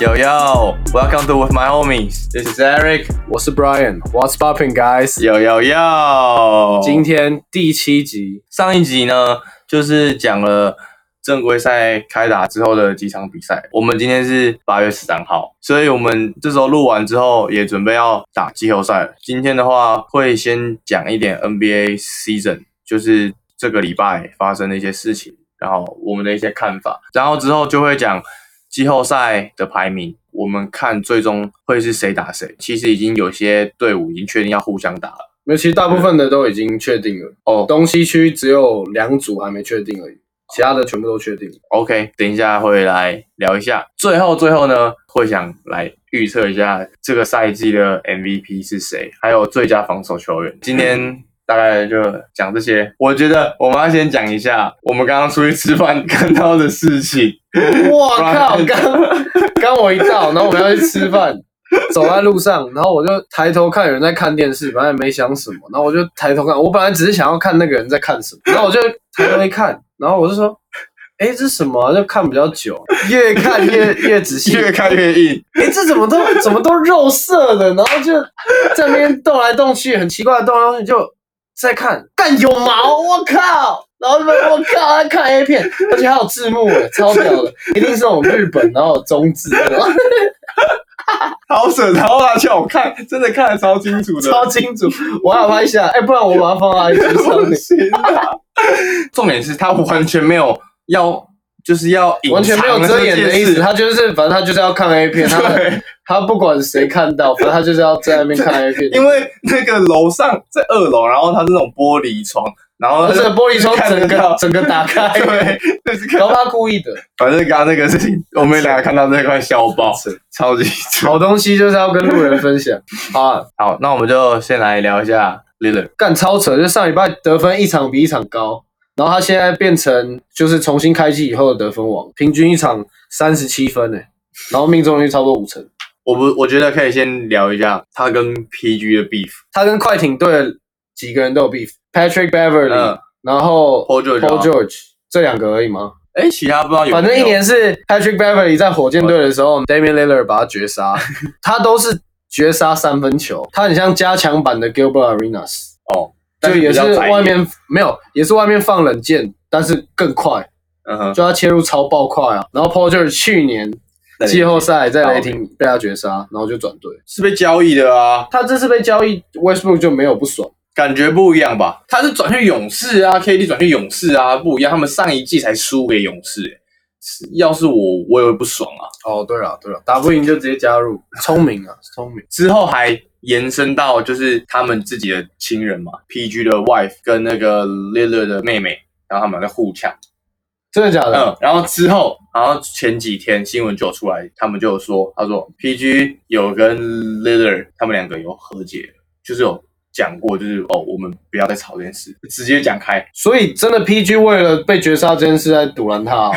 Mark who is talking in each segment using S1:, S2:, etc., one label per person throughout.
S1: Yo yo, welcome to with my homies. This is Eric.
S2: 我是 Brian，What's popping guys？
S1: Yo yo yo，
S2: 今天第七集，
S1: 上一集呢，就是讲了正规赛开打之后的几场比赛。我们今天是八月十三号，所以我们这时候录完之后，也准备要打季后赛了。今天的话，会先讲一点 NBA season，就是这个礼拜发生的一些事情，然后我们的一些看法，然后之后就会讲季后赛的排名。我们看最终会是谁打谁，其实已经有些队伍已经确定要互相打了。
S2: 没有，其实大部分的都已经确定了。
S1: 哦
S2: 东西区只有两组还没确定而已，其他的全部都确定了。
S1: OK，等一下会来聊一下。最后最后呢，会想来预测一下这个赛季的 MVP 是谁，还有最佳防守球员。今
S2: 嗯
S1: 天大概就讲这些。我觉得我们要先讲一下我们刚刚出去吃饭看到的事情。
S2: 我靠！
S1: Brian
S2: 刚刚我一到，然后我们要去吃饭，走在路上，然后我就抬头看有人在看电视，本来也没想什么，然后我就抬头看，我本来只是想要看那个人在看什么，然后我就抬头一看，然后我就说。哎，这是什么啊、就看比较久，越看越越仔细，
S1: 越看越硬，
S2: 哎、这怎么都怎么都肉色的，然后就在那边动来动去，很奇怪的动来动去，就在看，干有毛，我靠！然后他们我靠，在看 A 片，而且还有字幕耶，超屌的，一定是那种日本然后有中字的，然后
S1: 好扯，然后而且我看真的看得超清楚的，
S2: 超清楚，我还要拍下来，哎、不然我把它放到 IG 上
S1: 不
S2: 面，
S1: 行啊！ 重点是他完全没有要，就是要隐
S2: 完全没有
S1: 藏
S2: 遮掩
S1: 这
S2: 的
S1: 件
S2: 意
S1: 事
S2: 思，他就是反正他就是要看 A 片，他
S1: 对。
S2: 他不管谁看到，反正他就是要在那边看 A 片，
S1: 因为那个楼上在二楼，然后它是那种玻璃窗，然后
S2: 而
S1: 它
S2: 且
S1: 就
S2: 哦玻璃窗整
S1: 看得到
S2: 个整个打开，
S1: 对，就是看
S2: 然，后他故意的。
S1: 反正刚刚那个事情，我们俩看到那块笑爆，超级超
S2: 好东西就是要跟路人 分享啊！
S1: 好。那我们就先来聊一下 l i l a
S2: 干超扯，就上礼拜得分一场比一场高，然后他现在变成就是重新开机以后的得分王，平均一场三十七分呢、欸然后命中率超过五成。
S1: 我不，我觉得可以先聊一下他跟 PG 的 beef。
S2: 他跟快艇队的几个人都有 beef，Patrick Beverly，、
S1: 嗯
S2: 然后
S1: Paul George 啊
S2: Paul George 这两个而已吗？
S1: 哎，其他不知道有没有，
S2: 反正一年是 Patrick Beverly 在火箭队的时 候，Damian Lillard 把他绝杀，他都是绝杀三分球，他很像加强版的 Gilbert Arenas。
S1: 哦，但
S2: 就也
S1: 比
S2: 是
S1: 较窄一点
S2: 外，面没有，也是外面放冷箭，但是更快，
S1: 嗯哼，
S2: 就他切入超爆快啊。然后 Paul 就是去年季后赛在雷霆被他绝杀，然后就转队。
S1: 是被交易的啊，
S2: 他这次被交易，Westbrook 就没有不爽。
S1: 感觉不一样吧？他是转去勇士啊，KD 转去勇士啊，不一样。他们上一季才输给勇士、欸，是要是我，我也会不爽啊。
S2: 哦，对了对了，打不赢就直接加入，聪明啊，聪明。
S1: 之后还延伸到就是他们自己的亲人嘛，PG 的 wife 跟那个 Lil 的妹妹，然后他们在互抢。
S2: 真的假的？
S1: 嗯，然后之后，然后前几天新闻就有出来，他们就有说，他说 PG 有跟 Lil 他们两个有和解，就是有讲过，就是哦，我们不要再吵这件事，直接讲开。
S2: 所以真的 PG 为了被绝杀这件事在堵拦他、 哦，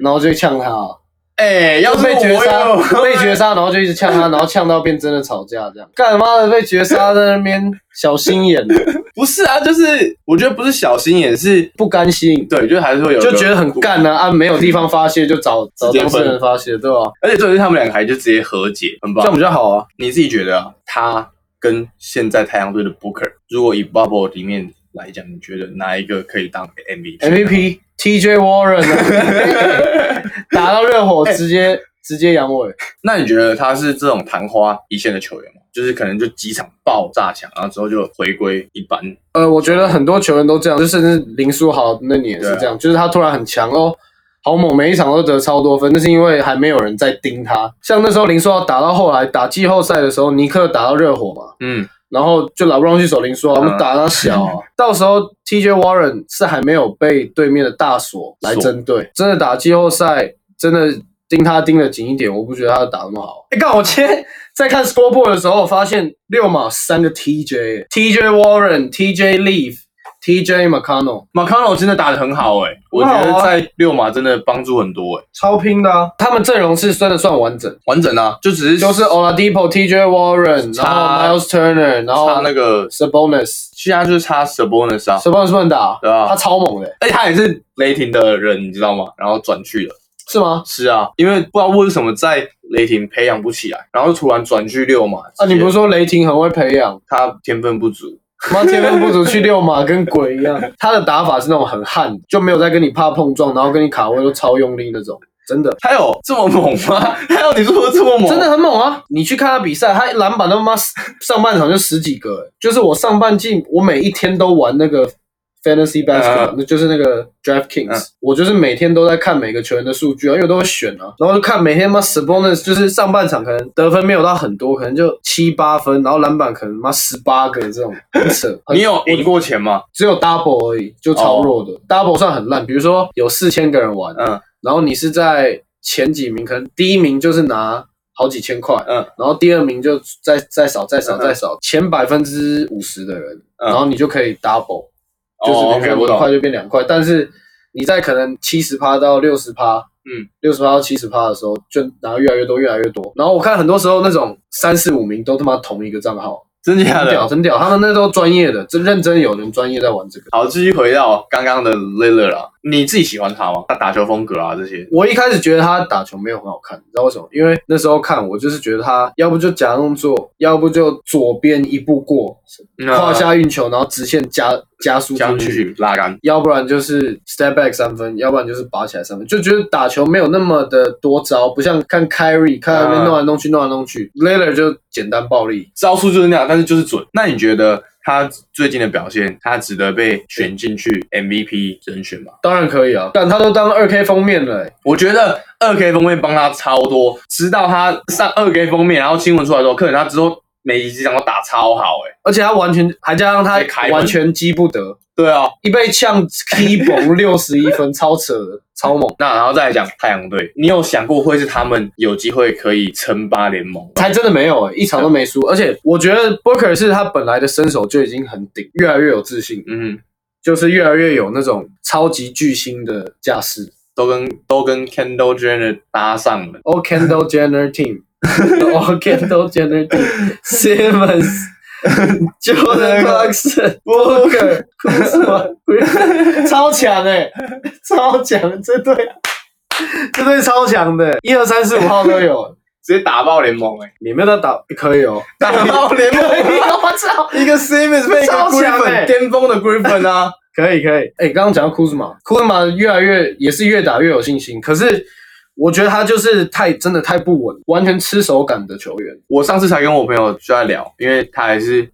S2: 然后就呛他、哦，
S1: 哎、要是
S2: 被绝杀
S1: 我有，
S2: 被绝杀，然后就一直呛他，然后呛到变真的吵架这样。干妈的被绝杀在那边小心眼，
S1: 不是啊，就是我觉得不是小心眼，是
S2: 不甘心。
S1: 对，就是还是会有一个
S2: 就觉得很，干啊，啊没有地方发泄就找找当事人发泄，对吧？
S1: 而且重点是他们两个还就直接和解，很棒。
S2: 比较好啊。
S1: 你自己觉得啊，他跟现在太阳队的 Booker，如果以 Bubble 里面来讲，你觉得哪一个可以当 MVP？
S2: MVP TJ Warren 啊打到热
S1: 哎
S2: 火直接直接阳痿，
S1: 那你觉得他是这种昙花一现的球员吗？就是可能就几场爆炸强，然后之后就回归一般。
S2: 呃，我觉得很多球员都这样，就甚至林书豪那年也是
S1: 啊
S2: 这样，就是他突然很强哦，好猛，每一场都得超多分，那是因为还没有人在盯他。像那时候林书豪打到后来打季后赛的时候，尼克打到热火嘛，
S1: 嗯，
S2: 然后就老布朗去守林书豪，我们
S1: 嗯
S2: 打他小 啊、到时候 TJ Warren 是还没有被对面的大锁来针对，真的打季后赛，真的盯他盯得紧一点，我不觉得他打那么好。哎，看我今天 在看 scoreboard 的时候，我发现六码三个 TJ、TJ Warren、TJ Leaf、TJ McConnell
S1: 马康诺真的打得很好哎、我觉
S2: 很好
S1: 得
S2: 啊
S1: 在六马真的帮助很多哎、
S2: 超拼的啊！他们阵容是真的算完整，
S1: 完整啊，就只是
S2: 就是 Oladipo、TJ Warren，然
S1: 差
S2: 后 Miles Turner，然后
S1: 差那个，
S2: Sabonis。
S1: 其他就是差 Sabonis 啊，
S2: Sabonis 不能打，
S1: 对啊
S2: 他超猛的、
S1: 而且他也是雷霆的人，你知道吗？然后转去了。
S2: 是吗？
S1: 是啊，因为不知道为什么在雷霆培养不起来，然后突然转去六马。
S2: 啊，你不是
S1: 是
S2: 说雷霆很会培养？
S1: 他天分不足？
S2: 妈天分不足去遛马跟鬼一样。他的打法是那种很悍，就没有在跟你怕碰撞，然后跟你卡位都超用力那种，真的。
S1: 他有这么猛吗？ 他有你说的这么猛？
S2: 真的很猛啊！你去看他比赛，他篮板他妈上半场就十几个、欸就是我上半季我每一天都玩那个 fantasy basket，、
S1: 嗯
S2: 那就是那个 DraftKings，、
S1: 嗯
S2: 我就是每天都在看每个球员的数据啊，因为我都会选啊，然后就看每天妈 s p o n u s 就是上半场可能得分没有到很多，可能就七八分，然后篮板可能妈十八个这种，很扯。 很
S1: 你有赢过钱吗？
S2: 只有 double 而已，就超弱的、double 算很烂。比如说有四千个人玩，
S1: 哦嗯
S2: 然后你是在前几名，可能第一名就是拿好几千块，
S1: 嗯，
S2: 然后第二名就再再少再少
S1: 嗯嗯
S2: 再少，前百分之五十的人，
S1: 嗯
S2: 然后你就可以 double，、
S1: 哦
S2: 就是比
S1: OK，
S2: 如
S1: 我
S2: 说一块
S1: 懂。
S2: 就变两块，但是你在可能七十趴到六十趴，
S1: 嗯，
S2: 六十趴到七十趴的时候，就拿越来越多越来越多。然后我看很多时候那种三四五名都他妈同一个账号，
S1: 真假
S2: 很屌
S1: 的？
S2: 真屌，他们那都专业的，真认真有人专业在玩这个。
S1: 好，继续回到刚刚的 l i l a 啊，你自己喜欢他吗？他打球风格啊这些，
S2: 我一开始觉得他打球没有很好看，你知道为什么？因为那时候看我就是觉得他要不就假动作，要不就左边一步过胯下运球，然后直线加加速
S1: 将
S2: 出
S1: 进
S2: 去，
S1: 去拉杆。
S2: 要不然就是 step back 三分，要不然就是拔起来三分，就觉得打球没有那么的多招，不像看 Kyrie 看他那边
S1: 嗯
S2: 弄来弄去弄来弄去 l a l e r 就简单暴力。
S1: 招数就是那样，但是就是准。那你觉得他最近的表现，他值得被选进去 MVP 人选吗？
S2: 当然可以啊，但他都当二 K 封面了、欸，
S1: 我觉得二 K 封面帮他超多，直到他上二 K 封面，然后新闻出来之后，可能他之后每一集场都打超好、欸，
S2: 而且他完全还加上他
S1: 直接开门
S2: 完全击不得，
S1: 对啊，
S2: 一被呛 K 崩六十一分，超扯的，超猛。
S1: 那然后再来讲太阳队，你有想过会是他们有机会可以称霸联盟吗？
S2: 才真的没有、欸，一场都没输。而且我觉得 Booker 是他本来的身手就已经很顶，越来越有自信，
S1: 嗯哼，
S2: 就是越来越有那种超级巨星的架势。
S1: 都跟都跟 Kendall Jenner 搭上了，
S2: Oh Kendall Jenner team。哦、Kendall Jenner team Simmons Jordan Clarkson Booker 什么？超强哎、超强！这队这队超强的，一二三四五号都有。
S1: 直接打爆联盟、欸，哎，
S2: 你们在打可以哦，
S1: 打爆联盟，
S2: 我操！
S1: 一个 Simmons 配一个
S2: 超强欸
S1: Griffin，巅峰的 Griffin 啊。
S2: 可以可以，哎、刚刚讲到库兹马，库兹马越来越也是越打越有信心，可是我觉得他就是太真的太不稳，完全吃手感的球员。
S1: 我上次才跟我朋友就在聊，因为他还是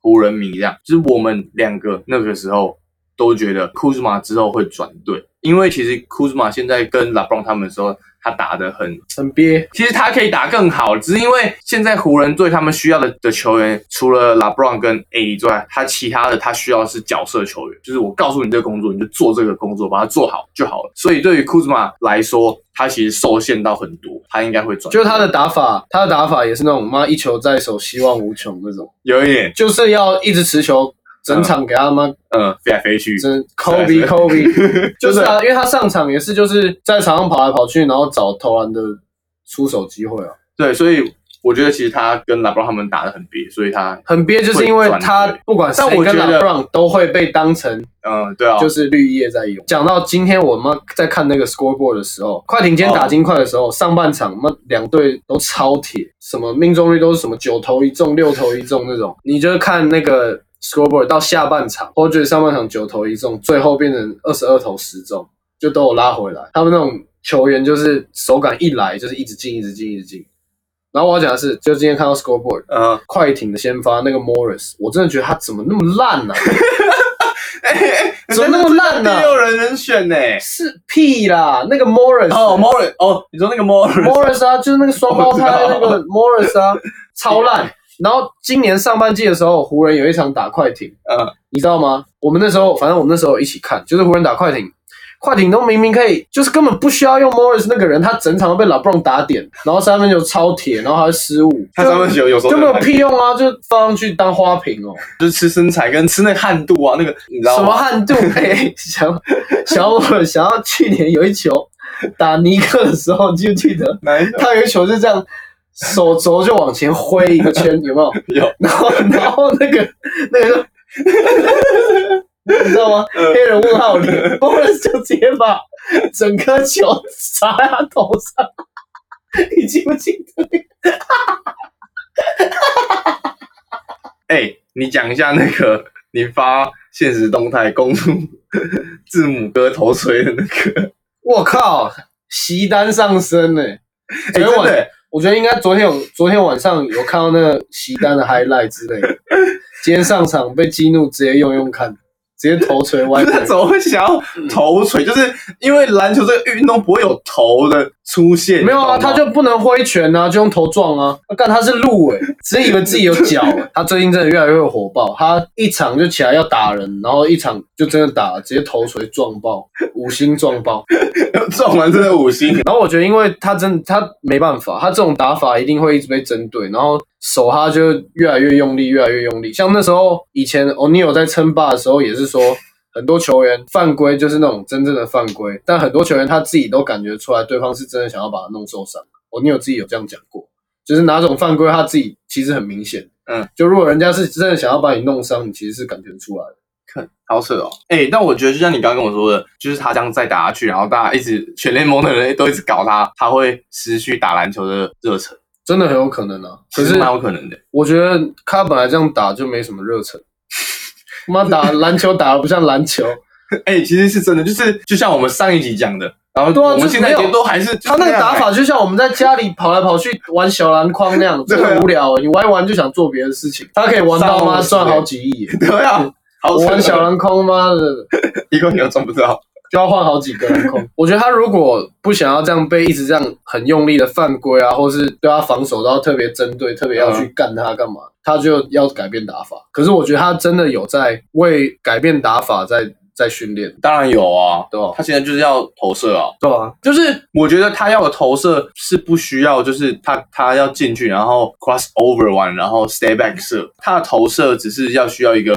S1: 湖人迷这样，就是我们两个那个时候都觉得库兹马之后会转队，因为其实库兹马现在跟拉布朗他们的时候，他打得很，
S2: 很憋，
S1: 其实他可以打更好，只是因为现在湖人队他们需要的的球员，除了拉布朗跟 AD 之外，他其他的他需要的是角色球员，就是我告诉你这个工作，你就做这个工作，把它做好就好了。所以对于库兹马来说，他其实受限到很多，他应该会转队，
S2: 就是他的打法，他的打法也是那种妈一球在手，希望无穷那种，
S1: 有一点
S2: 就是要一直持球，整场给他妈
S1: 嗯飞来飞去，
S2: 真
S1: 是
S2: Kobe
S1: 是
S2: Kobe，就是啊，因为他上场也是就是在场上跑来跑去，然后找投篮的出手机会啊。
S1: 对，所以我觉得其实他跟拉布朗他们打得很别，所以他
S2: 很憋，就是因为
S1: 会
S2: 他
S1: 转队
S2: 不管谁
S1: 但我
S2: 跟
S1: 觉
S2: 拉
S1: 得
S2: 布朗都会被当成
S1: 嗯，对啊，
S2: 就是绿叶在用。讲到今天我们在看那个 scoreboard 的时候，快艇今天打金块的时候，上半场妈两队都超铁，什么命中率都是什么九投一中、六投一中那种。你就是看那个 scoreboard 到下半场 p o r g e r 上半场九投一中，最后变成二十二投十中，就都有拉回来。他们那种球员就是手感一来就是一直进、一直进、一直进。然后我要讲的是，就今天看到 scoreboard
S1: 嗯，
S2: 快艇的先发那个 Morris，我真的觉得他怎么那么烂啊呢、
S1: 哎
S2: 怎么那么烂呢
S1: 第六人人选呢？
S2: 是屁啦，那个 Morris
S1: 哦，Morris，哦，你说那个 Morris，
S2: Morris 啊，就是那个双胞胎的那
S1: 我
S2: 个 Morris 啊，超烂。然后今年上半季的时候，湖人有一场打快艇，
S1: 嗯，
S2: 你知道吗？我们那时候，反正我们那时候一起看，就是湖人打快艇，快艇都明明可以，就是根本不需要用 Morris 那个人，他整场都被 LeBron 打点，然后三分球超铁，然后还会失误，
S1: 他上面有有时候
S2: 就没有
S1: 很
S2: 屁用啊，就放上去当花瓶哦，
S1: 就是吃身材跟吃那个汗度啊，那个你知道
S2: 什么
S1: 吗？
S2: 悍度？哎，想 想我想要去年有一球打尼克的时候，你记不记得？
S1: 哪一种
S2: 他有一球就这样，手肘就往前挥一个圈，有没有？
S1: 有
S2: 然后然后那个那个 就。你知道吗？
S1: 嗯
S2: 黑人问号脸，波人就直接把整颗球砸在他头上，你记不记得？
S1: 哎、你讲一下那个你发现实动态公布字母哥头锤的那 个，
S2: 我靠，席单上升呢、
S1: 哎、
S2: 昨
S1: 真
S2: 天
S1: 的
S2: 晚、
S1: 欸，
S2: 我觉得应该昨天有，昨天晚上有看到那个席丹的 highlight 之 类的。今天上场被激怒，直接用用看，直接头锤歪
S1: 不是
S2: 腿
S1: 怎。么会想要头
S2: 嗯
S1: 锤？就是因为篮球这个运动不会有头的出现，
S2: 没有啊，
S1: 你懂
S2: 他
S1: 吗
S2: 就不能挥拳啊，就用头撞啊。他干他是鹿哎、只是以为自己有脚、 欸。他最近真的越来越火爆，他一场就起来要打人，然后一场就真的打了，直接头锤撞爆，五星撞爆。
S1: 撞完真的五星，
S2: 然后我觉得，因为他真的他没办法，他这种打法一定会一直被针对，然后手他就越来越用力，越来越用力。像那时候以前 o n e i 在称霸的时候，也是说很多球员犯规就是那种真正的犯规，但很多球员他自己都感觉出来对方是真的想要把他弄受伤。o n e i 自己有这样讲过，就是哪种犯规他自己其实很明显，
S1: 嗯，
S2: 就如果人家是真的想要把你弄伤，你其实是感觉出来的。
S1: 好扯哦！哎、但我觉得就像你刚刚跟我说的，就是他这样再打下去，然后大家一直全联盟的人都一直搞他，他会失去打篮球的热忱，
S2: 真的很有可能啊，
S1: 其
S2: 可
S1: 实
S2: 是
S1: 蛮有可能的。
S2: 我觉得他本来这样打就没什么热忱，妈打篮球打的不像篮球，
S1: 哎、其实是真的，就是就像我们上一集讲的，然后
S2: 对啊
S1: 我们
S2: 就是
S1: 现
S2: 没
S1: 在
S2: 有
S1: 也都还是
S2: 他那个打，
S1: 就是样哎
S2: 法就像我们在家里跑来跑去玩小篮筐那样，
S1: 对啊
S2: 真的无聊、欸你玩一玩就想做别的事情，他可以玩到妈赚好几 亿、欸
S1: 对啊，好
S2: 嗯我
S1: 扯哦
S2: 玩小篮筐妈的
S1: 一个你都撞不到，
S2: 就要换好几个篮筐。我觉得他如果不想要这样被一直这样很用力的犯规啊，或是对他防守都要特别针对，特别要去干他干嘛，他就要改变打法。可是我觉得他真的有在为改变打法在在训练，
S1: 当然有啊，
S2: 对吧、
S1: 他现在就是要投射啊，
S2: 对啊，
S1: 就是我觉得他要的投射是不需要，就是他他要进去，然后 cross over 完，然后 stay back 射，他的投射只是要需要一个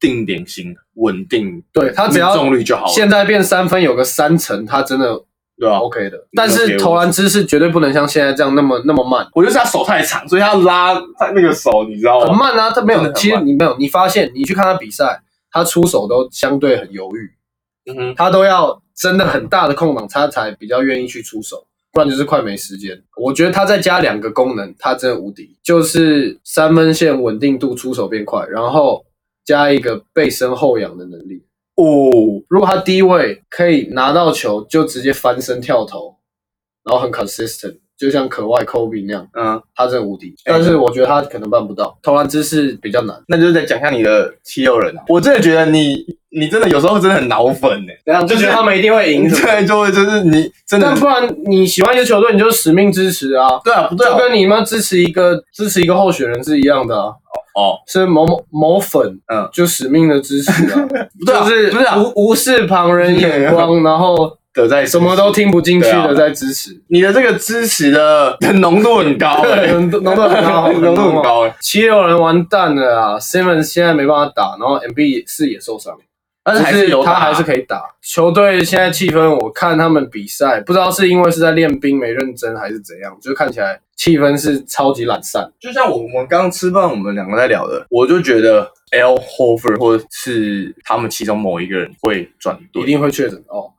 S1: 定点型稳定，
S2: 对他只要
S1: 命中率就好了，
S2: 现在变三分有个三成，他真的
S1: 对吧、
S2: OK 的。但是投
S1: 给
S2: 篮姿势绝对不能像现在这样那么那么慢，
S1: 我就是他手太长，所以他拉他那个手，你知道
S2: 很
S1: 吗？
S2: 慢啊。他没
S1: 哦真的很
S2: 有，
S1: 慢
S2: 其实你没有，你发现你去看他比赛，他出手都相对很犹豫，
S1: 嗯哼，
S2: 他都要真的很大的空档，他才比较愿意去出手。不然就是快没时间。我觉得他再加两个功能，他真的无敌，就是三分线稳定度、出手变快，然后加一个背身后仰的能力。
S1: 哦，
S2: 如果他低位可以拿到球，就直接翻身跳投，然后很 consistent，就像可外 Kobe 那样，
S1: 嗯，
S2: 他真的无敌。但是我觉得他可能办不到，投篮姿势比较难。
S1: 那就是再讲一下你的七六人啊，我真的觉得你你真的有时候真的很脑粉呢、
S2: 这样
S1: 就是他
S2: 们一定会
S1: 对，就会就是你真的
S2: 但不然你喜欢一个球队，你就使命支持啊，
S1: 对啊，不对啊
S2: 就跟你妈支持一个支持一个候选人是一样的啊，
S1: 哦，
S2: 是某某某粉，
S1: 嗯
S2: 就使命的支持 啊，
S1: 不对啊，
S2: 就是
S1: 不是啊，
S2: 无无视旁人眼 光，然后
S1: 得在
S2: 什么都听不进去
S1: 对啊
S2: 的在支持。
S1: 你的这个支持 的浓度很高、欸，
S2: 浓度浓度很 高，
S1: 浓度很。高、欸，
S2: 七六人完蛋了啊！Simmons 现在没办法打，然后 MB 是也受伤，
S1: 但是还是有
S2: 就
S1: 打啊
S2: 他还是可以打。球队现在气氛，我看他们比赛，不知道是因为是在练兵没认真，还是怎样，就看起来气氛是超级懒散。
S1: 就像我我们刚刚吃饭，我们两个在聊的，我就觉得 L Hofer 或者是他们其中某一个人会转
S2: 一
S1: 队，
S2: 定会确诊哦！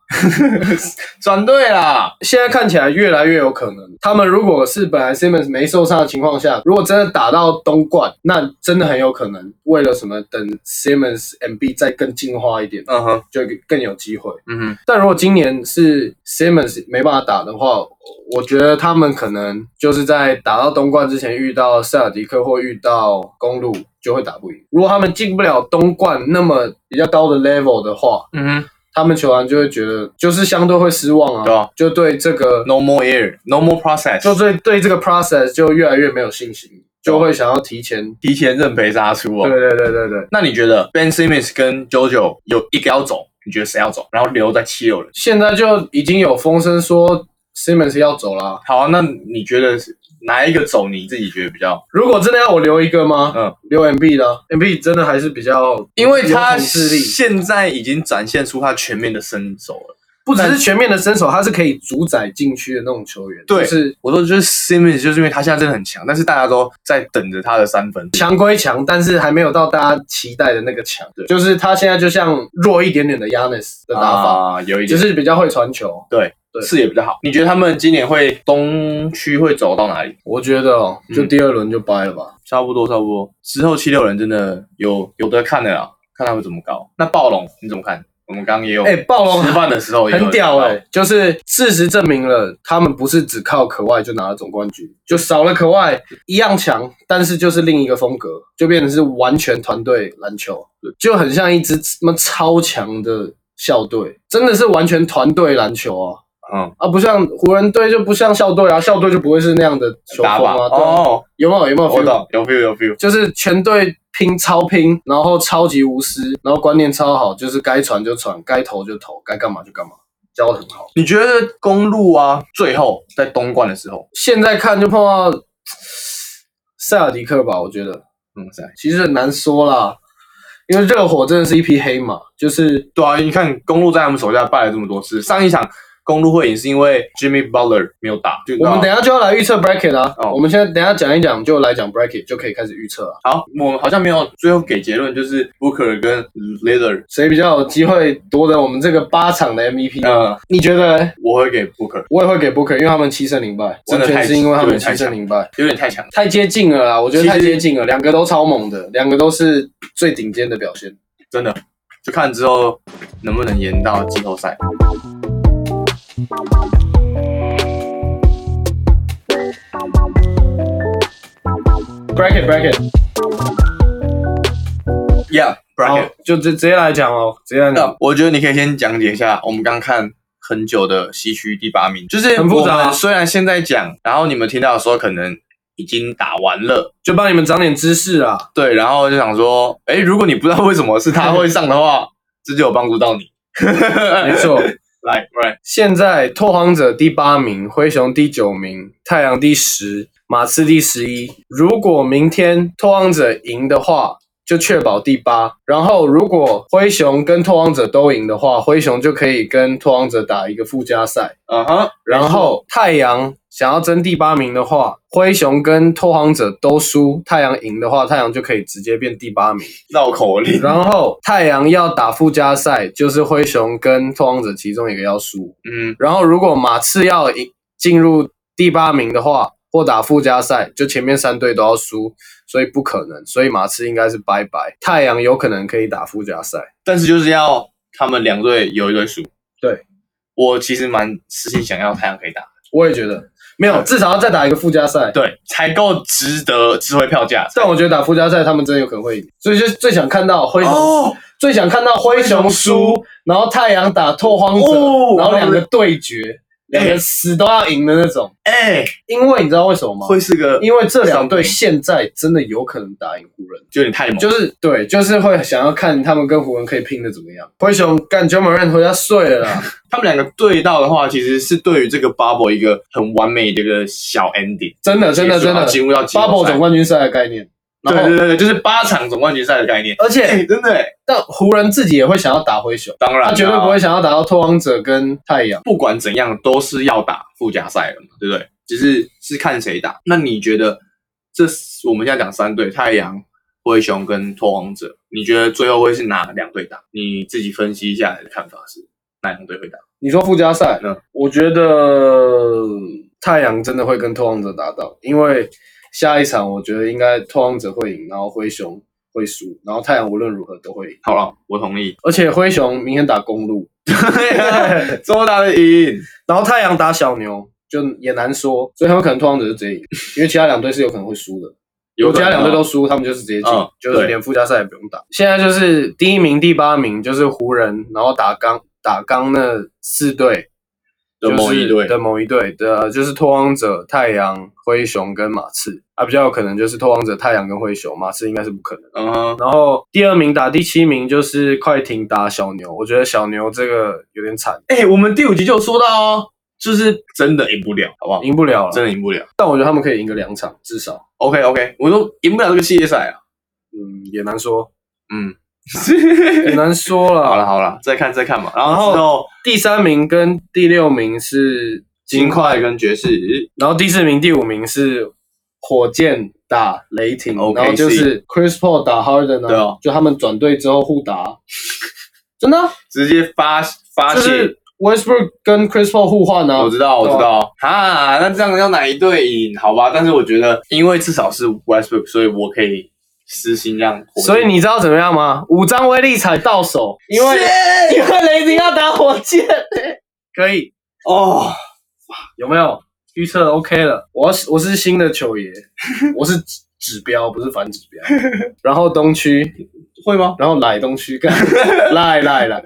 S1: 转队啦，
S2: 现在看起来越来越有可能。他们如果是本来 Simmons 没受伤的情况下，如果真的打到东冠，那真的很有可能为了什么等 Simmons MB 再更进化一点，
S1: 嗯哼，
S2: 就更有机会。
S1: 嗯哼，
S2: 但如果今年是 Simmons 没办法打的话，我觉得他们可能就是在打到东冠之前遇到塞尔迪克或遇到公路就会打不赢。如果他们进不了东冠那么比较高的 level 的话，
S1: 嗯哼
S2: 他们球员就会觉得就是相对会失望啊，
S1: 对啊
S2: 就对这个
S1: ，No more air，No more process，
S2: 就对对这个 process 就越来越没有信心，就会想要提前。
S1: 提前认赔杀出
S2: 对啊
S1: 哦。
S2: 对对对对，
S1: 那你觉得 Ben Simmons 跟 JoJo 有一个要走，你觉得谁要走？然后留在七六人？
S2: 现在就已经有风声说 Simmons 要走啦。
S1: 好啊，那你觉得是哪一个走你自己觉得比较？
S2: 如果真的要我留一个吗？
S1: 嗯，
S2: 留 MB 的，MB 真的还是比较，
S1: 因为他
S2: 有统治力，
S1: 现在已经展现出他全面的身手了。
S2: 不只是全面的身手，他是可以主宰禁区的那种球员。
S1: 对
S2: 就是
S1: 我说就是 Simmons，就是因为他现在真的很强，但是大家都在等着他的三分。
S2: 强归强，但是还没有到大家期待的那个强
S1: 对。
S2: 就是他现在就像弱一点点的 Yanis 的打法，
S1: 啊，有一
S2: 就
S1: 点
S2: 是比较会传球，
S1: 对，
S2: 对
S1: 视野比较好。你觉得他们今年会东区会走到哪里？
S2: 我觉得哦，就
S1: 嗯
S2: 第二轮就掰了吧。
S1: 差不多，差不多。之后七六人真的有有的看的啦，看他们怎么搞。那暴龙你怎么看？我们刚刚也有
S2: 哎、暴龙
S1: 吃饭的时候也有
S2: 很屌哎、
S1: 聊到
S2: 就是事实证明了，他们不是只靠可外就拿了总冠军，就少了可外一样强，但是就是另一个风格，就变成是完全团队篮球，就很像一支什么超强的校队，真的是完全团队篮球啊。
S1: 嗯，
S2: 啊，不像湖人队就不像校队啊，校队就不会是那样的球风
S1: 打吧
S2: 啊。对啊
S1: 哦，
S2: 有没有有没有
S1: 我
S2: feel
S1: 懂，有 feel 有 feel。
S2: 就是全队拼超拼，然后超级无私，然后观念超好，就是该传就传，该投就投，该干嘛就干嘛，教的很好。
S1: 你觉得公路啊，最后在东冠的时候，
S2: 现在看就碰到塞尔迪克吧，我觉得
S1: 嗯，是
S2: 其实很难说啦，因为热火真的是一匹黑马，就是
S1: 对啊，你看公路在他们手下败了这么多次，上一场公路会赢是因为 Jimmy Butler 没有打，就
S2: 我们等一下就要来预测 bracket 啊，
S1: 哦
S2: 我们现在等一下讲一讲就来讲 bracket 就可以开始预测啊，
S1: 好，我们好像没有最后给结论，就是 Booker 跟 Lillard，
S2: 谁比较有机会夺得我们这个八场的 MVP？、
S1: 呃，
S2: 你觉得嘞？
S1: 我会给 Booker，
S2: 我也会给 Booker，因为他们七胜零败，
S1: 真
S2: 完
S1: 的太
S2: 全是因为他
S1: 有
S2: 们
S1: 点太
S2: 七胜
S1: 强
S2: 零败。
S1: 有点太强了。
S2: 太接近了啦，我觉得
S1: 其实
S2: 太接近了，两个都超猛的，两个都是最顶尖的表现。
S1: 真的，就看之后能不能延到季后赛。
S2: Bracket bracket，
S1: Yeah，bracket。
S2: 就直直接来讲哦，直接来
S1: 那我觉得你可以先讲解一下，我们刚看很久的西区第八名，就是
S2: 很复杂啊
S1: 我们虽然现在讲，然后你们听到的时候可能已经打完了，
S2: 就帮你们长点知识啊。
S1: 对，然后就想说，哎，如果你不知道为什么是他会上的话， 这就有帮助到你。
S2: 没 错，
S1: 来，right，
S2: 现在拓荒者第八名，灰熊第九名，太阳第十，马刺第十一。如果明天拓荒者赢的话，就确保第八。然后如果灰熊跟拓荒者都赢的话，灰熊就可以跟拓荒者打一个附加赛。
S1: 嗯哼，
S2: 然后太阳想要争第八名的话，灰熊跟拓荒者都输，太阳赢的话，太阳就可以直接变第八名。
S1: 绕口令，
S2: 然后太阳要打附加赛，就是灰熊跟拓荒者其中一个要输。
S1: 嗯，
S2: 然后如果马刺要赢进入第八名的话，或打附加赛，就前面三队都要输，所以不可能。所以马刺应该是拜拜，太阳有可能可以打附加赛。
S1: 但是就是要他们两队有一队输。
S2: 对，
S1: 我其实蛮私心想要太阳可以打，
S2: 我也觉得没有，至少要再打一个附加赛。
S1: 对，才够值得智慧票价。
S2: 但我觉得打附加赛他们真的有可能会赢，所以就最想看到灰熊，
S1: 哦，
S2: 最想看到灰熊
S1: 灰熊
S2: 输，然后太阳打拓荒者，
S1: 哦
S2: 然后两个对决，两个死都要赢的那种。
S1: 哎、
S2: 因为你知道为什么吗？
S1: 会是个，
S2: 因为这两队现在真的有可能打赢湖人，
S1: 就有点太猛，
S2: 就是对，就是会想要看他们跟湖人可以拼的怎么样。灰熊干 j o m a r a n 回家睡了啦，
S1: 他们两个对到的话，其实是对于这个 bubble 一个很完美的一个小 ending，
S2: 真 的真的
S1: 结束
S2: 真
S1: 然后
S2: 的
S1: 进入到季后
S2: bubble
S1: 赛
S2: 总冠军赛的概念。然
S1: 对
S2: 后
S1: 对对对，就是八场总冠军赛的概念。
S2: 而且、
S1: 哎、真的、哎
S2: 但湖人自己也会想要打灰熊，
S1: 当然啦
S2: 他绝对不会，想要打到拓荒者跟太阳。
S1: 不管怎样都是要打附加赛了嘛，对不对？只是是看谁打。那你觉得这我们现在讲三队，太阳、灰熊跟拓荒者，你觉得最后会是哪两队打？你自己分析一下你的看法是哪两队会打？
S2: 你说附加赛，
S1: 嗯
S2: 我觉得太阳真的会跟拓荒者打到，因为下一场我觉得应该拓荒者会赢，然后灰熊会输，然后太阳无论如何都会赢。
S1: 好了，我同 意。
S2: 而且灰熊明天打公路，
S1: 这么大的赢，
S2: 然后太阳打小牛，就也难说，所以他们可能拓荒者就直接赢，因为其他两队是有可能会输的。如果其他两队都输，他们就是直接进，
S1: 啊嗯
S2: 就是
S1: 对
S2: 连附加赛也不用打。现在就是第一名、第八名就是湖人，然后打刚打刚那四队，
S1: 的
S2: 就是
S1: 某一队
S2: 的某一队的，就是拓荒者、太阳、灰熊跟马刺啊，比较有可能就是拓荒者、太阳跟灰熊，马刺应该是不可能。
S1: 嗯哼，
S2: 然后第二名打第七名就是快艇打小牛，我觉得小牛这个有点惨，
S1: 哎、我们第五集就有说到哦，就是真的赢不了，好不好？
S2: 赢不了了。
S1: 真的赢不了。
S2: 但我觉得他们可以赢个两场至少，
S1: OK OK，我说赢不了这个系列赛啊。
S2: 嗯，也难说，
S1: 嗯，
S2: 也难说了。
S1: 好了好了，再看再看嘛。然
S2: 然后
S1: 后之后
S2: 第三名跟第六名是
S1: 金
S2: 金块，
S1: 块跟爵士，
S2: 然后第四名、第五名是火箭打雷霆
S1: OKC
S2: 然后就是 Chris Paul 打 Harden 啊，
S1: 对哦
S2: 就他们转队之后互打，真的啊、
S1: 直接发发
S2: 就
S1: 泄哦
S2: 是 Westbrook 跟 Chris Paul 互换啊
S1: 我，知道，我知道啊，那这样要哪一队赢？好吧，但是我觉得，因为至少是 Westbrook，所以我可以私心让火箭。
S2: 所以你知道怎么样吗？五张威力彩到手，因为
S1: Shit！
S2: 因为雷霆要打火箭，可以
S1: 哦，
S2: 有没有预测 OK 了？我是我是新的球 爷，我是指指标不是反指标。然后东区，
S1: 会吗？
S2: 然后来东区干， 来来来，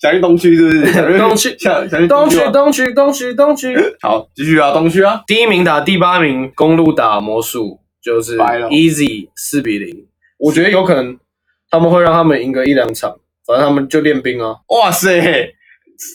S1: 想去东区是不是？想去
S2: 东区
S1: 想想去
S2: 东
S1: 区
S2: 区
S1: 吗。
S2: 东区东区东区，
S1: 好，继续啊，东区啊，
S2: 第一名打第八名，公路打魔术，就是
S1: 掰了
S2: easy 四比零。我觉得有可能他们会让他们赢个一两场，反正他们就练兵啊。
S1: 哇 塞，
S2: 哎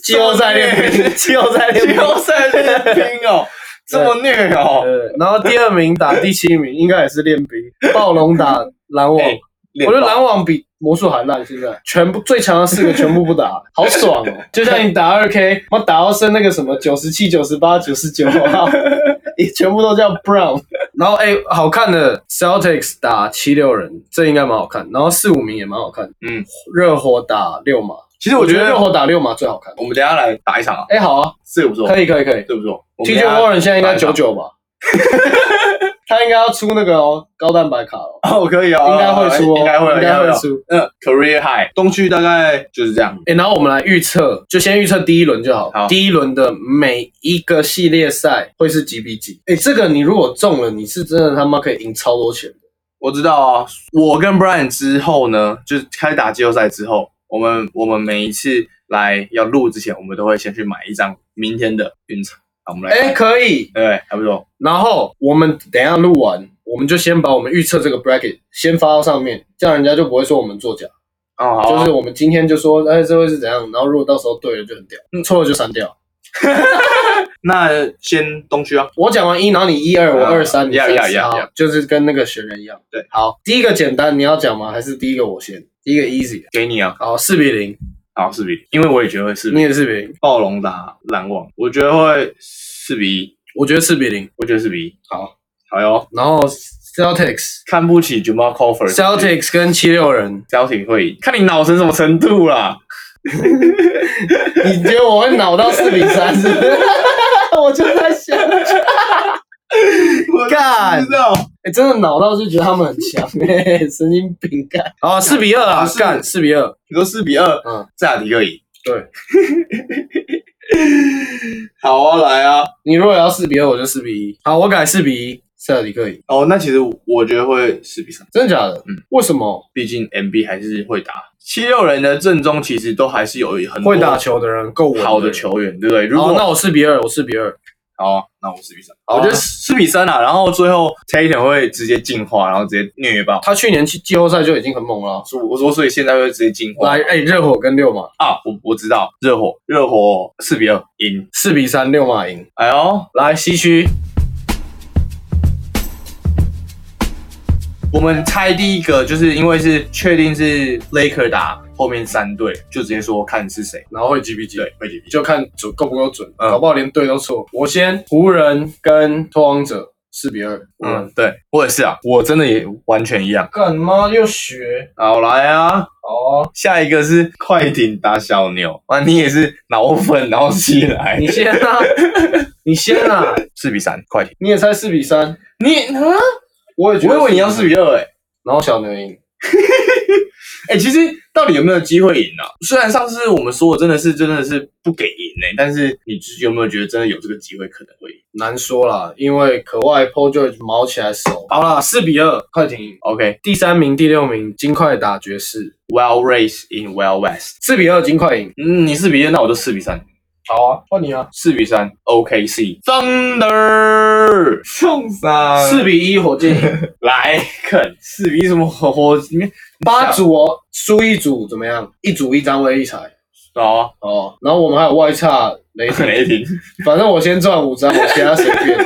S2: 季后赛练 兵，季后赛练
S1: 季
S2: 兵。
S1: 后赛练兵 哦，这么虐哦，
S2: 呃，然后第二名打第七 名，应该也是练兵。暴龙打篮网，
S1: 哎
S2: 我觉得篮网比魔术还烂，现在全部最强的四个全部不 打，好爽哦！就像你打二 K，我打到剩那个什么九十七、九十八、九十九 号，也全部都叫 Brown。然后哎、好看的 Celtics 打七六人，这应该蛮好看。然后四五名也蛮好看。
S1: 嗯，
S2: 热火打六马，
S1: 其实
S2: 我
S1: 我
S2: 觉
S1: 觉
S2: 得
S1: 得
S2: 热火打六马最好看。
S1: 我们等一下来打一场啊，
S2: 哎、好啊，
S1: 这个不错，
S2: 可以可以可以。
S1: 对不错。我们
S2: TJ
S1: 等一下
S2: Warren 现在应该
S1: 打一
S2: 九
S1: 场
S2: 九 吧？他应该要出那个哦，高蛋白卡哦，
S1: 哦，可以哦，
S2: 应该会出哦，
S1: 应该会，
S2: 应该会。出。
S1: 嗯，Career High，东区大概就是这样。
S2: 哎、然后我们来预测，就先预测第一轮就好。
S1: 好
S2: 第一轮的每一个系列赛会是几比几？哎、这个你如果中了，你是真的他妈可以赢超多钱。
S1: 我知道啊，我跟 Brian 之后呢，就是开打季后赛之后，我们我们每一次来要录之前，我们都会先去买一张明天的运彩。好，我们来
S2: 哎、
S1: 看，
S2: 可以。
S1: 对，还不错。
S2: 然后我们等一下录完，我们就先把我们预测这个 bracket 先发到上面，这样人家就不会说我们作假。
S1: 哦，好啊、
S2: 就是我们今天就说，哎、这会是怎样？然后如果到时候对了就很屌，
S1: 嗯
S2: 错了就删掉。
S1: 那先东区啊，
S2: 我讲完一，然后你一二，我
S1: 啊
S2: 二三，你
S1: 呀
S2: 三
S1: 呀
S2: 四，
S1: 呀
S2: 好
S1: 呀
S2: 就是跟那个学人一样。
S1: 对，
S2: 好，第一个简单，你要讲吗？还是第一个我先？第一个 easy，
S1: 给你啊，
S2: 好，四比零，
S1: 好四比零，因为我也觉得会四
S2: 你
S1: 比一
S2: 也四比零，
S1: 暴龙打篮网，我觉得会四比一，
S2: 我觉得四比零，
S1: 我觉得四比一。
S2: 好，
S1: 好哟，
S2: 然后 Celtics，Celtics
S1: 看不起 Jamal Crawford。
S2: 跟七六人，
S1: Celtic 会赢，看你脑成什么程度啦！
S2: 你觉得我会脑到四比三是不是？ 我就在想，欸干
S1: 我知道，
S2: 哎、真的脑到就觉得他们很强， 哎、神经病干。好，四比二啊，
S1: 是
S2: 干四比二，
S1: 你说四比二，
S2: 嗯，
S1: 萨迪克赢。
S2: 对，
S1: 好啊，来啊！
S2: 你如果要四比二，我就四比一。好，啊我改四比一，塞尔迪克赢，
S1: 哦，那其实我觉得会四比三，
S2: 真的假的？
S1: 嗯，
S2: 为什么？
S1: 毕竟 MB 还是会打。七六人的阵中其实都还是有很多
S2: 会打球的人够稳
S1: 好的。球员，对不对？哦如
S2: 好，
S1: 果
S2: 那我四比二，我四比二。
S1: 好啊，那我四比三，
S2: 好啊
S1: 我觉得四比三啊。然后最后 Tatum 会直接进化，然后直接虐爆。
S2: 他去年季季后赛就已经很猛了。
S1: 所以我说，所以现在会直接进化
S2: 来，哎、热火跟六马
S1: 啊！我我知道，热火热火四比二赢。
S2: 四比三，六马赢。
S1: 哎呦，
S2: 来，西区
S1: 我们猜第一个，就是因为是确定是 Laker 打后面三队，就直接说看是谁。
S2: 然后会几比几？
S1: 对，会几比？
S2: 就看准够不够准，
S1: 嗯
S2: 搞不好连队都错。我先湖人跟拓荒者四比二。
S1: 嗯，，对，我也是啊，我真的也完全一样。
S2: 干嘛又学？
S1: 好，来啊，
S2: 哦，
S1: 下一个是快艇打小牛，啊，你也是脑粉脑起来
S2: 你，先 啊，你先啊，
S1: 四比三，快艇。
S2: 你也猜四比三，
S1: 你啊，
S2: 我也觉
S1: 我
S2: 得。
S1: 以为你要四比，二诶、
S2: 然后小牛赢。
S1: 哎、其实到底有没有机会赢啊？虽然上次我们说的真的是真的是不给赢诶、欸但是你有没有觉得真的有这个机会可能会赢？
S2: 难说啦，因为可外 Paul George 毛起来手。好啦，四比二，快艇赢。
S1: OK，Well、
S2: 第三名、第六名，金块打爵士，
S1: race in well west。
S2: 四比二，金块赢。
S1: 嗯，你四比一，那我就四比三，
S2: 好啊，换你啊，
S1: 四比三，OKC Thunder 送三
S2: 四
S1: 四
S2: 比一，火箭 赢。
S1: 来啃四比一什么火火里面
S2: 八组哦，输一组怎么样？一组一张威力彩
S1: 好啊，
S2: 哦。然后我们还有外差雷 霆，
S1: 雷霆
S2: 反正我先赚五张，我其他随便。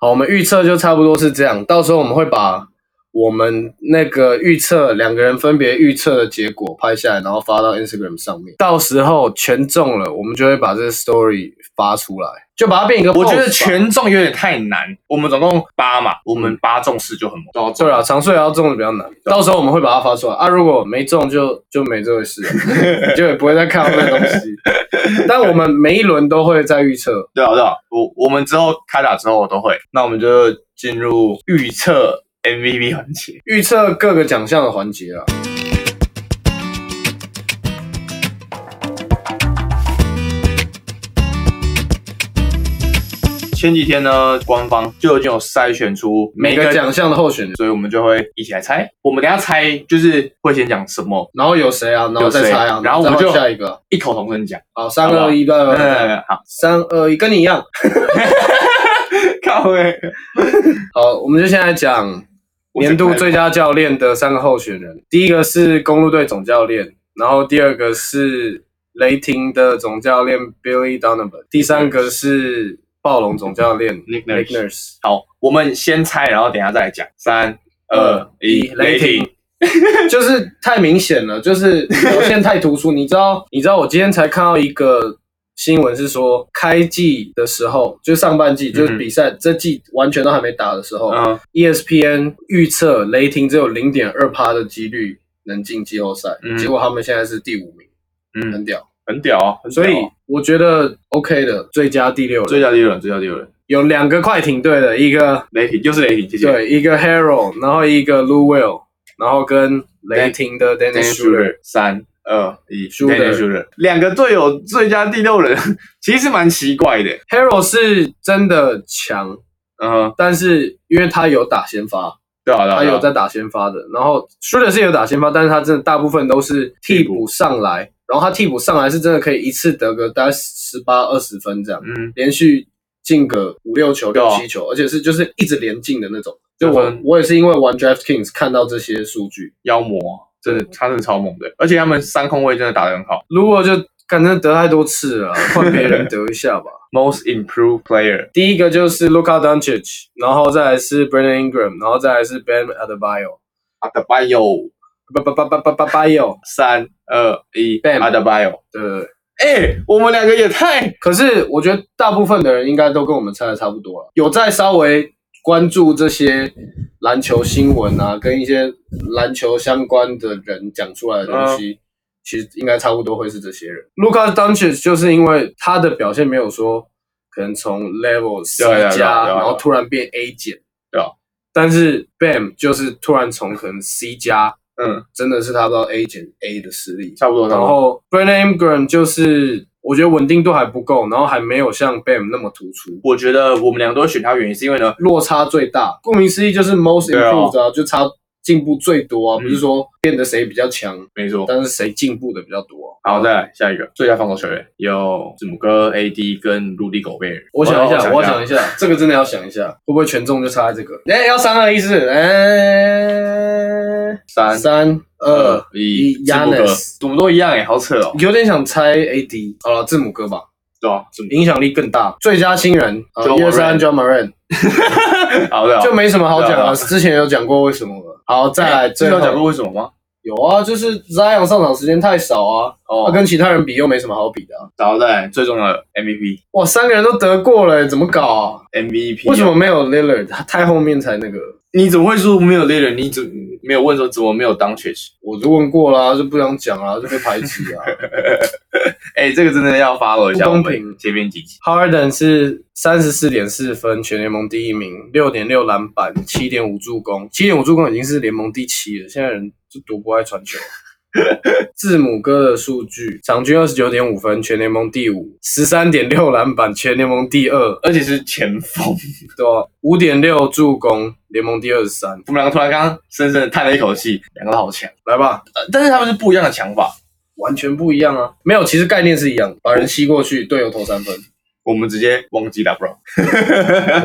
S2: 好，我们预测就差不多是这样，到时候我们会把我们那个预测两个人分别预测的结果拍下来，然后发到 Instagram 上面。到时候全中了，我们就会把这个 story 发出来，就把它变一个 post
S1: 我
S2: 吧。
S1: 觉得全中有点太难。我们总共八嘛，我们八中四就很猛。
S2: 对了，啊长睡也要中的比较难，到时候我们会把它发出来啊。如果没中就就没这回事了，你就也不会再看到那东西。但我们每一轮都会在预测，
S1: 对啊，对啊，我我们之后开打之后我都会。那我们就进入预测 MVP 环节。
S2: 预测各个奖项的环节啊。
S1: 前几天呢，官方就已经有筛选出
S2: 每个奖，项的候选人，
S1: 所以我们就会一起来猜。我们等一下猜就是会先讲什么，
S2: 然后有谁啊？然后再猜啊
S1: 有谁，然后我们
S2: 再
S1: 就
S2: 换下一个啊。
S1: 一口同声讲。
S2: 好，三
S1: 好不好
S2: 二一，来，
S1: 嗯，好，
S2: 三二一，跟你一样。
S1: 靠位。
S2: 好，我们就现在讲年度最佳教练的三个候选人。第一个是公路队总教练，然后第二个是雷霆的总教练 Billy Donovan，第三个是暴龙总教练
S1: Nick Nurse
S2: Nick Nurse。
S1: 好，我们先猜，然后等一下再来讲。三二一，
S2: 雷
S1: 嗯雷
S2: 霆
S1: 霆。
S2: 就是太明显了，就是表现太突出。你知道，你知道，我今天才看到一个新闻，是说开季的时候，就上半季，就是比赛、这季完全都还没打的时候、
S1: 嗯，
S2: e s p n 预测雷霆只有零点二趴的几率能进季后赛，
S1: 嗯
S2: 结果他们现在是第五名，很
S1: 嗯，
S2: 屌。
S1: 很屌啊，很屌
S2: 所
S1: 啊
S2: 以我觉得 OK 的，最佳第六
S1: 最
S2: 人
S1: 佳第六人，最佳第六人，
S2: 有两个快艇队的，一个
S1: 雷霆又是雷霆，谢谢。
S2: 对，一个 Hero，然后一个 Lou Will，然后跟雷霆的 Dennis Schroeder。
S1: 三二一
S2: Shooter
S1: Dennis Schroeder 两个队友最佳第六人， 其实蛮奇怪的。
S2: Hero 是真的强，
S1: 嗯哼，
S2: 但是因为他有打先发，
S1: 对啊，对啊，
S2: 他
S1: 对啊
S2: 有在打先发的。然后 s h r 是有打先发，但是他真的大部分都是替补上来，然后他替补上来是真的可以一次得个大概十八二十分这样，
S1: 嗯，
S2: 连续进个五六球、
S1: 对
S2: 六
S1: 啊
S2: 七球，而且是就是一直连进的那种。就
S1: 得
S2: 我
S1: 分
S2: 我也是因为玩 DraftKings 看到这些数据
S1: 妖魔真的，他真的超猛的，而且他们三控卫真的打得很好。
S2: 如果就感觉得太多次了啊，换别人得一下吧。
S1: Most Improved Player，
S2: 第一个就是 Luka Doncic，然后再来是 Brandon Ingram，然后再来是 Ben Adebayo。
S1: 阿德巴约，
S2: 巴巴巴巴巴巴巴友，
S1: 三二一
S2: Bam
S1: 阿德巴约。
S2: 对对对。
S1: 哎，我们两个也太
S2: 可是我觉得大部分的人应该都跟我们猜的差不多啊了，有在稍微关注这些篮球新闻啊，跟一些篮球相关的人讲出来的东西。其实应该差不多会是这些人。Lucas Doncic 就是因为他的表现没有说可能从 Level C
S1: 对啊对啊对啊
S2: 加，
S1: 对啊
S2: 然后突然变 A 减，
S1: 对啊
S2: 但是 Bam 就是突然从可能 C 加，
S1: 嗯，
S2: 真的是他到 A 减 A 的实力，
S1: 差不多，差
S2: 然
S1: 不多。
S2: 后 Brandon Ingram 就是我觉得稳定度还不够，然后还没有像 Bam 那么突出，
S1: 我觉得我们两个都会选他，原因是因为呢，
S2: 落差最大。顾名思义就是 most
S1: 对啊
S2: improved 啊，就差进步最多啊，
S1: 嗯
S2: 不是说变得谁比较强，
S1: 没错。
S2: 但是谁进步的比较多啊、
S1: 好，再来下一个最佳防守球员有字母哥、AD 跟鲁迪狗贝尔。
S2: 我想一下，我
S1: 一
S2: 想一下，这个真的要想一下，会不会权重就差在这个？哎，要三二一是，哎，
S1: 三
S2: 三
S1: 呃
S2: 二，
S1: 一
S2: 一
S1: 字母哥
S2: Giannis，
S1: 怎么都一样哎、好扯哦。
S2: 有点想猜 AD，好了，字母哥吧，
S1: 对啊，字母
S2: 影响力更大，最佳新人，
S1: John
S2: 一二三
S1: Moran
S2: ，John Moran。
S1: 好的、
S2: 就没什么好讲
S1: 啊对
S2: 了。
S1: 啊
S2: 之前有讲过为什么了。好，再来
S1: 知
S2: 最
S1: 道哎讲
S2: 后
S1: 过为什么吗？
S2: 有啊，就是 Zion 上场时间太少啊，他、
S1: 哦，
S2: 跟其他人比又没什么好比的、啊。
S1: 然后再来最重要的 MVP，MVP
S2: 哇，三个人都得过了，怎么搞啊？
S1: MVP 啊
S2: 为什么没有 Lillard？他太后面才那个。
S1: 你怎么会说没有 l e a d e r 你怎么没有问说怎么没有 d o n c h i c
S2: 我就问过啦、就不想讲啦、就被排挤啊。
S1: 哎、这个真的要 follow 一下
S2: 不
S1: 我
S2: 公
S1: 们
S2: 平
S1: 前面几集。
S2: Harden 是三十四点四分，全联盟第一名，六点六篮板，七点五助攻，七点五助攻已经是联盟第七了。现在人就多不爱传球。字母哥的数据，场均二十九点五分，全联盟第五，十三点六篮板，全联盟第二，
S1: 而且是前锋，
S2: 对吧、五点六助攻，联盟第二十三。
S1: 我们两个突然刚刚深深的叹了一口气，两个都好强、
S2: 来吧，
S1: 呃但是他们是不一样的想法。
S2: 完全不一样啊！没有，其实概念是一样，把人吸过去，队友投三分，
S1: 我们直接忘记 LeBron，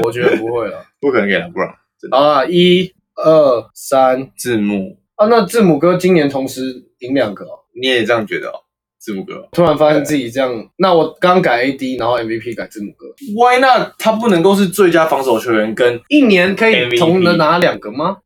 S2: 我觉得不会了。
S1: 不可能给 LeBron。
S2: 好啦，一二三，
S1: 字幕，
S2: 啊，那字母哥今年同时赢两个、哦。
S1: 你也这样觉得哦？字母哥。
S2: 突然发现自己这样，那我刚改 AD，然后 MVP 改字母哥，
S1: Why not？他不能够是最佳防守球员，跟
S2: 一年可以
S1: MVP
S2: 同能拿两个吗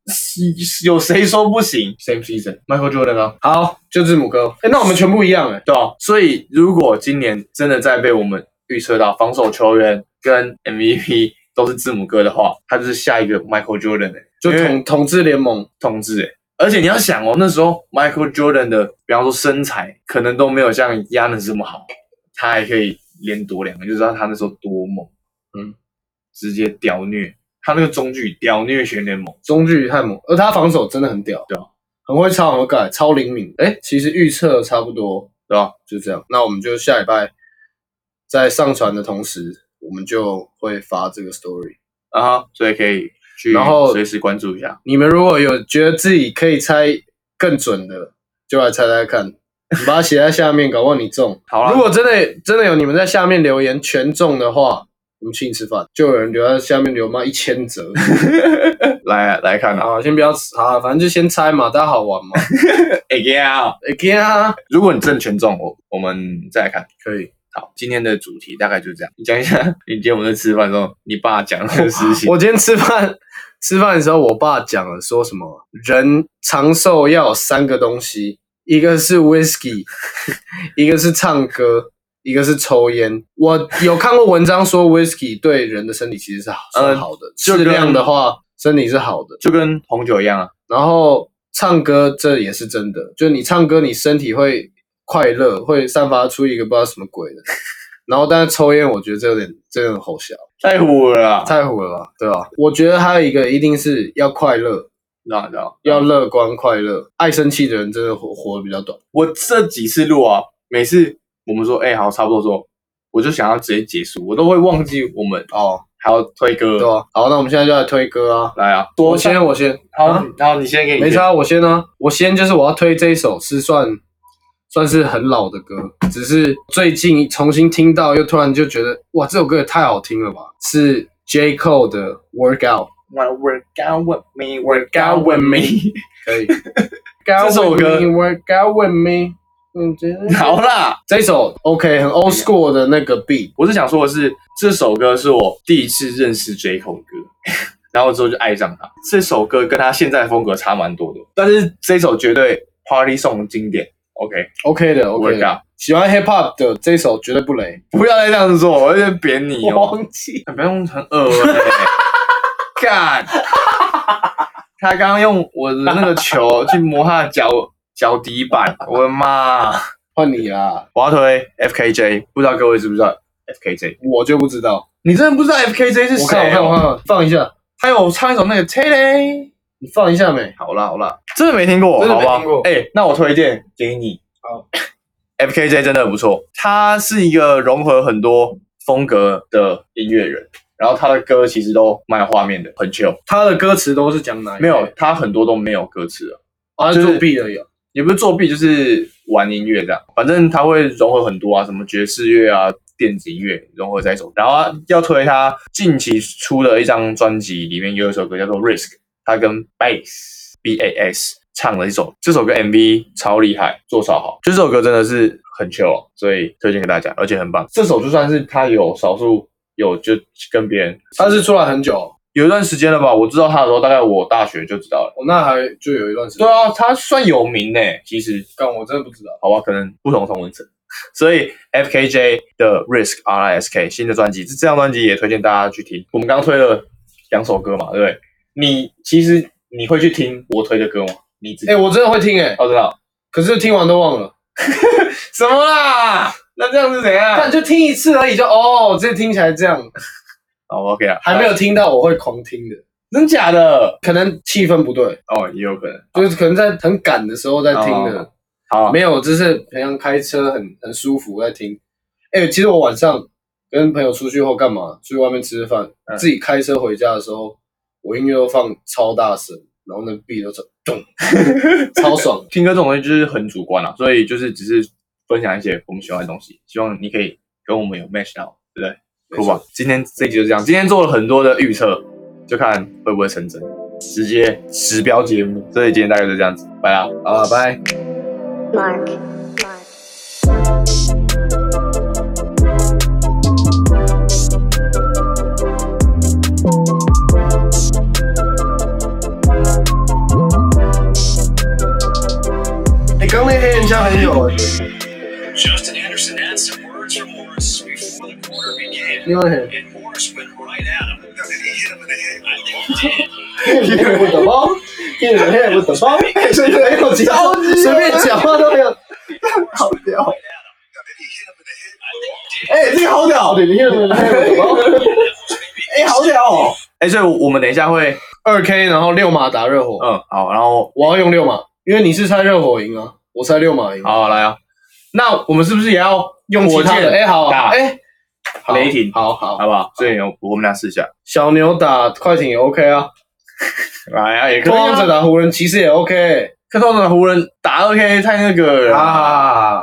S1: 有谁说不行
S2: ？Same season，
S1: ？Michael Jordan 啊，
S2: 好，就字母哥。哎、那我们全部一样哎、
S1: 对啊。所以如果今年真的再被我们预测到防守球员跟 MVP 都是字母哥的话，他就是下一个 Michael Jordan 哎、
S2: 就
S1: 因为
S2: 统统治联盟。
S1: 统治哎、而且你要想哦，那时候 Michael Jordan 的，比方说身材，可能都没有像 Yanis 这么好，他还可以连夺两个，就知道他那时候多猛，
S2: 嗯，
S1: 直接屌虐，他那个中距屌虐全联盟，
S2: 中距太猛，而他防守真的很屌，
S1: 对啊，
S2: 很会抄，很会盖，超灵敏。哎，其实预测差不多
S1: 对吧？
S2: 就这样。那我们就下礼拜在上传的同时，我们就会发这个 story。
S1: 啊哈，所以可以去，
S2: 然后
S1: 随时关注一下。
S2: 你们如果有觉得自己可以猜更准的，就来猜猜 看。你把它写在下面，搞不好你啊中。
S1: 好啦
S2: 如果真的真的有你们在下面留言全中的话，我们请你吃饭。就有人留在下面留嘛一千折。
S1: 来来看啊
S2: 啊，先不要查，反正就先猜嘛，大家好玩嘛。
S1: ，again，
S2: 哎呀，
S1: 啊如果你真的全中，我我们再来看。
S2: 可以。
S1: 好，今天的主题大概就这样。你讲一下，你今天我们在吃饭的时候，你爸讲的事情。
S2: 我今天吃饭吃饭的时候，我爸讲了说什么，人长寿要有三个东西，一个是 whisky，一个是唱歌，一个是抽烟。我有看过文章说 whisky 对人的身体其实是好
S1: 呃
S2: 算好的，
S1: 就
S2: 适
S1: 跟
S2: 量的话身体是好的。
S1: 就跟红酒一样啊，
S2: 然后唱歌这也是真的，就你唱歌，你身体会快乐，会散发出一个不知道什么鬼的。然后，但是抽烟，我觉得这有点，这有点好笑。
S1: 太虎了啦，
S2: 太虎了吧，对吧、我觉得还有一个一定是要快乐，
S1: 知道知道。
S2: 要乐观快乐。爱生气的人真的活活得比较短。
S1: 我这几次录啊，每次我们说，哎、好，差不多说，我就想要直接结束，我都会忘记我们
S2: 哦，
S1: 还要推歌。
S2: 对啊。好，那我们现在就来推歌啊。
S1: 来啊，
S2: 我先，我先，
S1: 好，
S2: 啊
S1: 好，你先给你
S2: 没
S1: 先
S2: 差，我先啊。我先就是我要推这一首是算算是很老的歌，只是最近重新听到，又突然就觉得哇，这首歌也太好听了吧！是 J Cole 的 Workout，
S1: Wanna work out with me, work
S2: out with me. 可以。这
S1: 首歌
S2: Workout with me，嗯，
S1: 好啦，
S2: 这首 OK 很 old school 的那个 beat，
S1: 我是想说的是，这首歌是我第一次认识 J Cole 的歌， 然后之后就爱上他。这首歌跟他现在的风格差蛮多的，但是这首绝对 Party Song 经典。OK，
S2: OK 的
S1: 我
S2: OK
S1: 讲
S2: 的，喜欢 hip hop 的这首绝对不雷。
S1: 不要再这样子说， 我有点扁你哦。
S2: 记
S1: 不要用很恶 欸干、他刚刚用我的那个球去磨他的脚脚底 板，我的妈！
S2: 换你啊啦，
S1: 我要推 FKJ，不知道各位知不知道 FKJ？
S2: 我就不知道。
S1: 你真的不知道 FKJ 是
S2: 我看我
S1: 谁
S2: 看我
S1: 哦？
S2: 看，放一下，
S1: 他有唱一首那个 t a y
S2: 你放一下没？
S1: 好啦好啦，真的没听过，
S2: 真的没
S1: 好吧
S2: 听过
S1: 哎、那我推荐给你。
S2: 好
S1: FKJ 真的不错，他是一个融合很多风格的音乐人，然后他的歌其实都蛮有画面的，很 chill。
S2: 他的歌词都是讲哪一
S1: 没
S2: 类？
S1: 有，他很多都没有歌词了，
S2: 啊，
S1: 就是
S2: 作弊而已啊。
S1: 也不是作弊，就是玩音乐这样。反正他会融合很多啊，什么爵士乐啊、电子音乐融合在一首。然后他要推他近期出的一张专辑，里面有一首歌叫做《Risk》，他跟 Bass B A S 唱了一首，这首歌 MV 超厉害，做超好，就这首歌真的是很 chill，啊所以推荐给大家，而且很棒。这首就算是他有少数有就跟别人，
S2: 他是出来很久哦，
S1: 有一段时间了吧？我知道他的时候，大概我大学就知道了。
S2: 我那还就有一段时间。
S1: 对，啊，他算有名呢、其实
S2: 干我真的不知道。
S1: 好吧，可能不同同文层。所以 FKJ 的 Risk R I S K 新的专辑，这这张专辑也推荐大家去听。我们刚刚推了两首歌嘛，对不对？你其实你会去听我推的歌吗？你自己、
S2: 哎，我真的会听哎，
S1: 哦，真的哦
S2: 可是听完都忘了。
S1: 什么啦？那这样是怎
S2: 但
S1: 样？
S2: 就听一次而已，就哦，这听起来这样，
S1: 哦，OK 啊，
S2: 还没有听到我会狂听的，
S1: 真假的
S2: 可能气氛不对，
S1: 哦，也有可能。
S2: 就是可能在很赶的时候在听的
S1: 哦。好，
S2: 没有，就是平常开车很很舒服在听。哎、其实我晚上跟朋友出去后干嘛？去外面吃饭，
S1: 嗯
S2: 自己开车回家的时候，我音乐都放超大声，然后那 B 都是 咚，超爽。
S1: 听歌这种东西就是很主观啊，所以就是只是分享一些我们喜欢的东西，希望你可以跟我们有 match 到，对不对？酷吧，今天这一集就这样。今天做了很多的预测，就看会不会成真，直接指标节目。所以今天大概就这样子，拜啦。
S2: 好了，拜。
S3: Mark. Mark.
S2: 哎黑人腔很有、欸，
S3: Justin Anderson had some words for Morris before the quarter began.
S2: 因为
S3: And Morris went right at him. How did he hit him in the head? I think he did.
S2: 黑人不懂包，黑人黑人不懂包，所以没有超级随便讲话都没有，好屌！
S3: How did he hit him in the head? I
S4: 哎、
S3: think he did.
S4: 这个好屌！
S2: 对，黑人黑人不懂包，哦
S4: 哎、好屌哦！
S1: 哎、所以我们等一下会，
S2: 二 K 然后六马打热火，
S1: 嗯，好，然后
S2: 我要用六马，因为你是猜热火赢啊，我猜六马赢。
S1: 好来啊，那我们是不是也要用
S2: 火
S1: 火
S2: 箭
S1: 箭？
S2: 哎、好
S1: 打
S2: 哎、好
S1: 雷霆
S2: 好好
S1: 好不好？所以我们俩试一下，
S2: 小牛打快艇也 OK 啊，
S1: 来啊，也可以、
S2: 拓
S1: 啊。
S2: 荒者打湖人骑士也 OK
S1: 看到湖人打二 K 太那个了啊，
S2: 啊。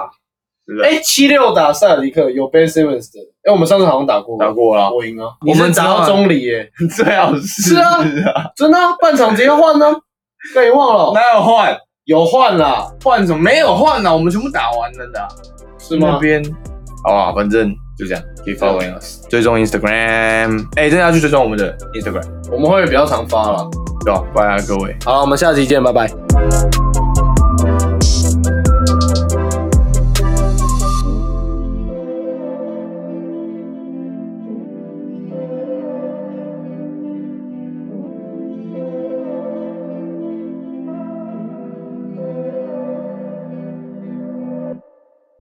S1: 对不对？
S2: 哎，七六打塞尔迪克有 Ben Simmons 的，哎，我们上次好像打过，
S1: 打过了，
S2: 我赢啊，
S1: 我们
S2: 你是打到中里耶，
S1: 最好是
S2: 是啊真的啊，半场直接换呢，被你忘了，
S1: 哪有换？
S2: 有换啦，
S1: 换什么？没有换啊呢、我们全部打完了的。
S2: 是吗？
S1: 边，好啊，反正就这样。Keep following us，追踪 Instagram。哎、真的要去追踪我们的 Instagram，
S2: 我们会比较常发啦。
S1: 对吧？拜啊，各位。
S2: 好了，我们下期见，拜拜。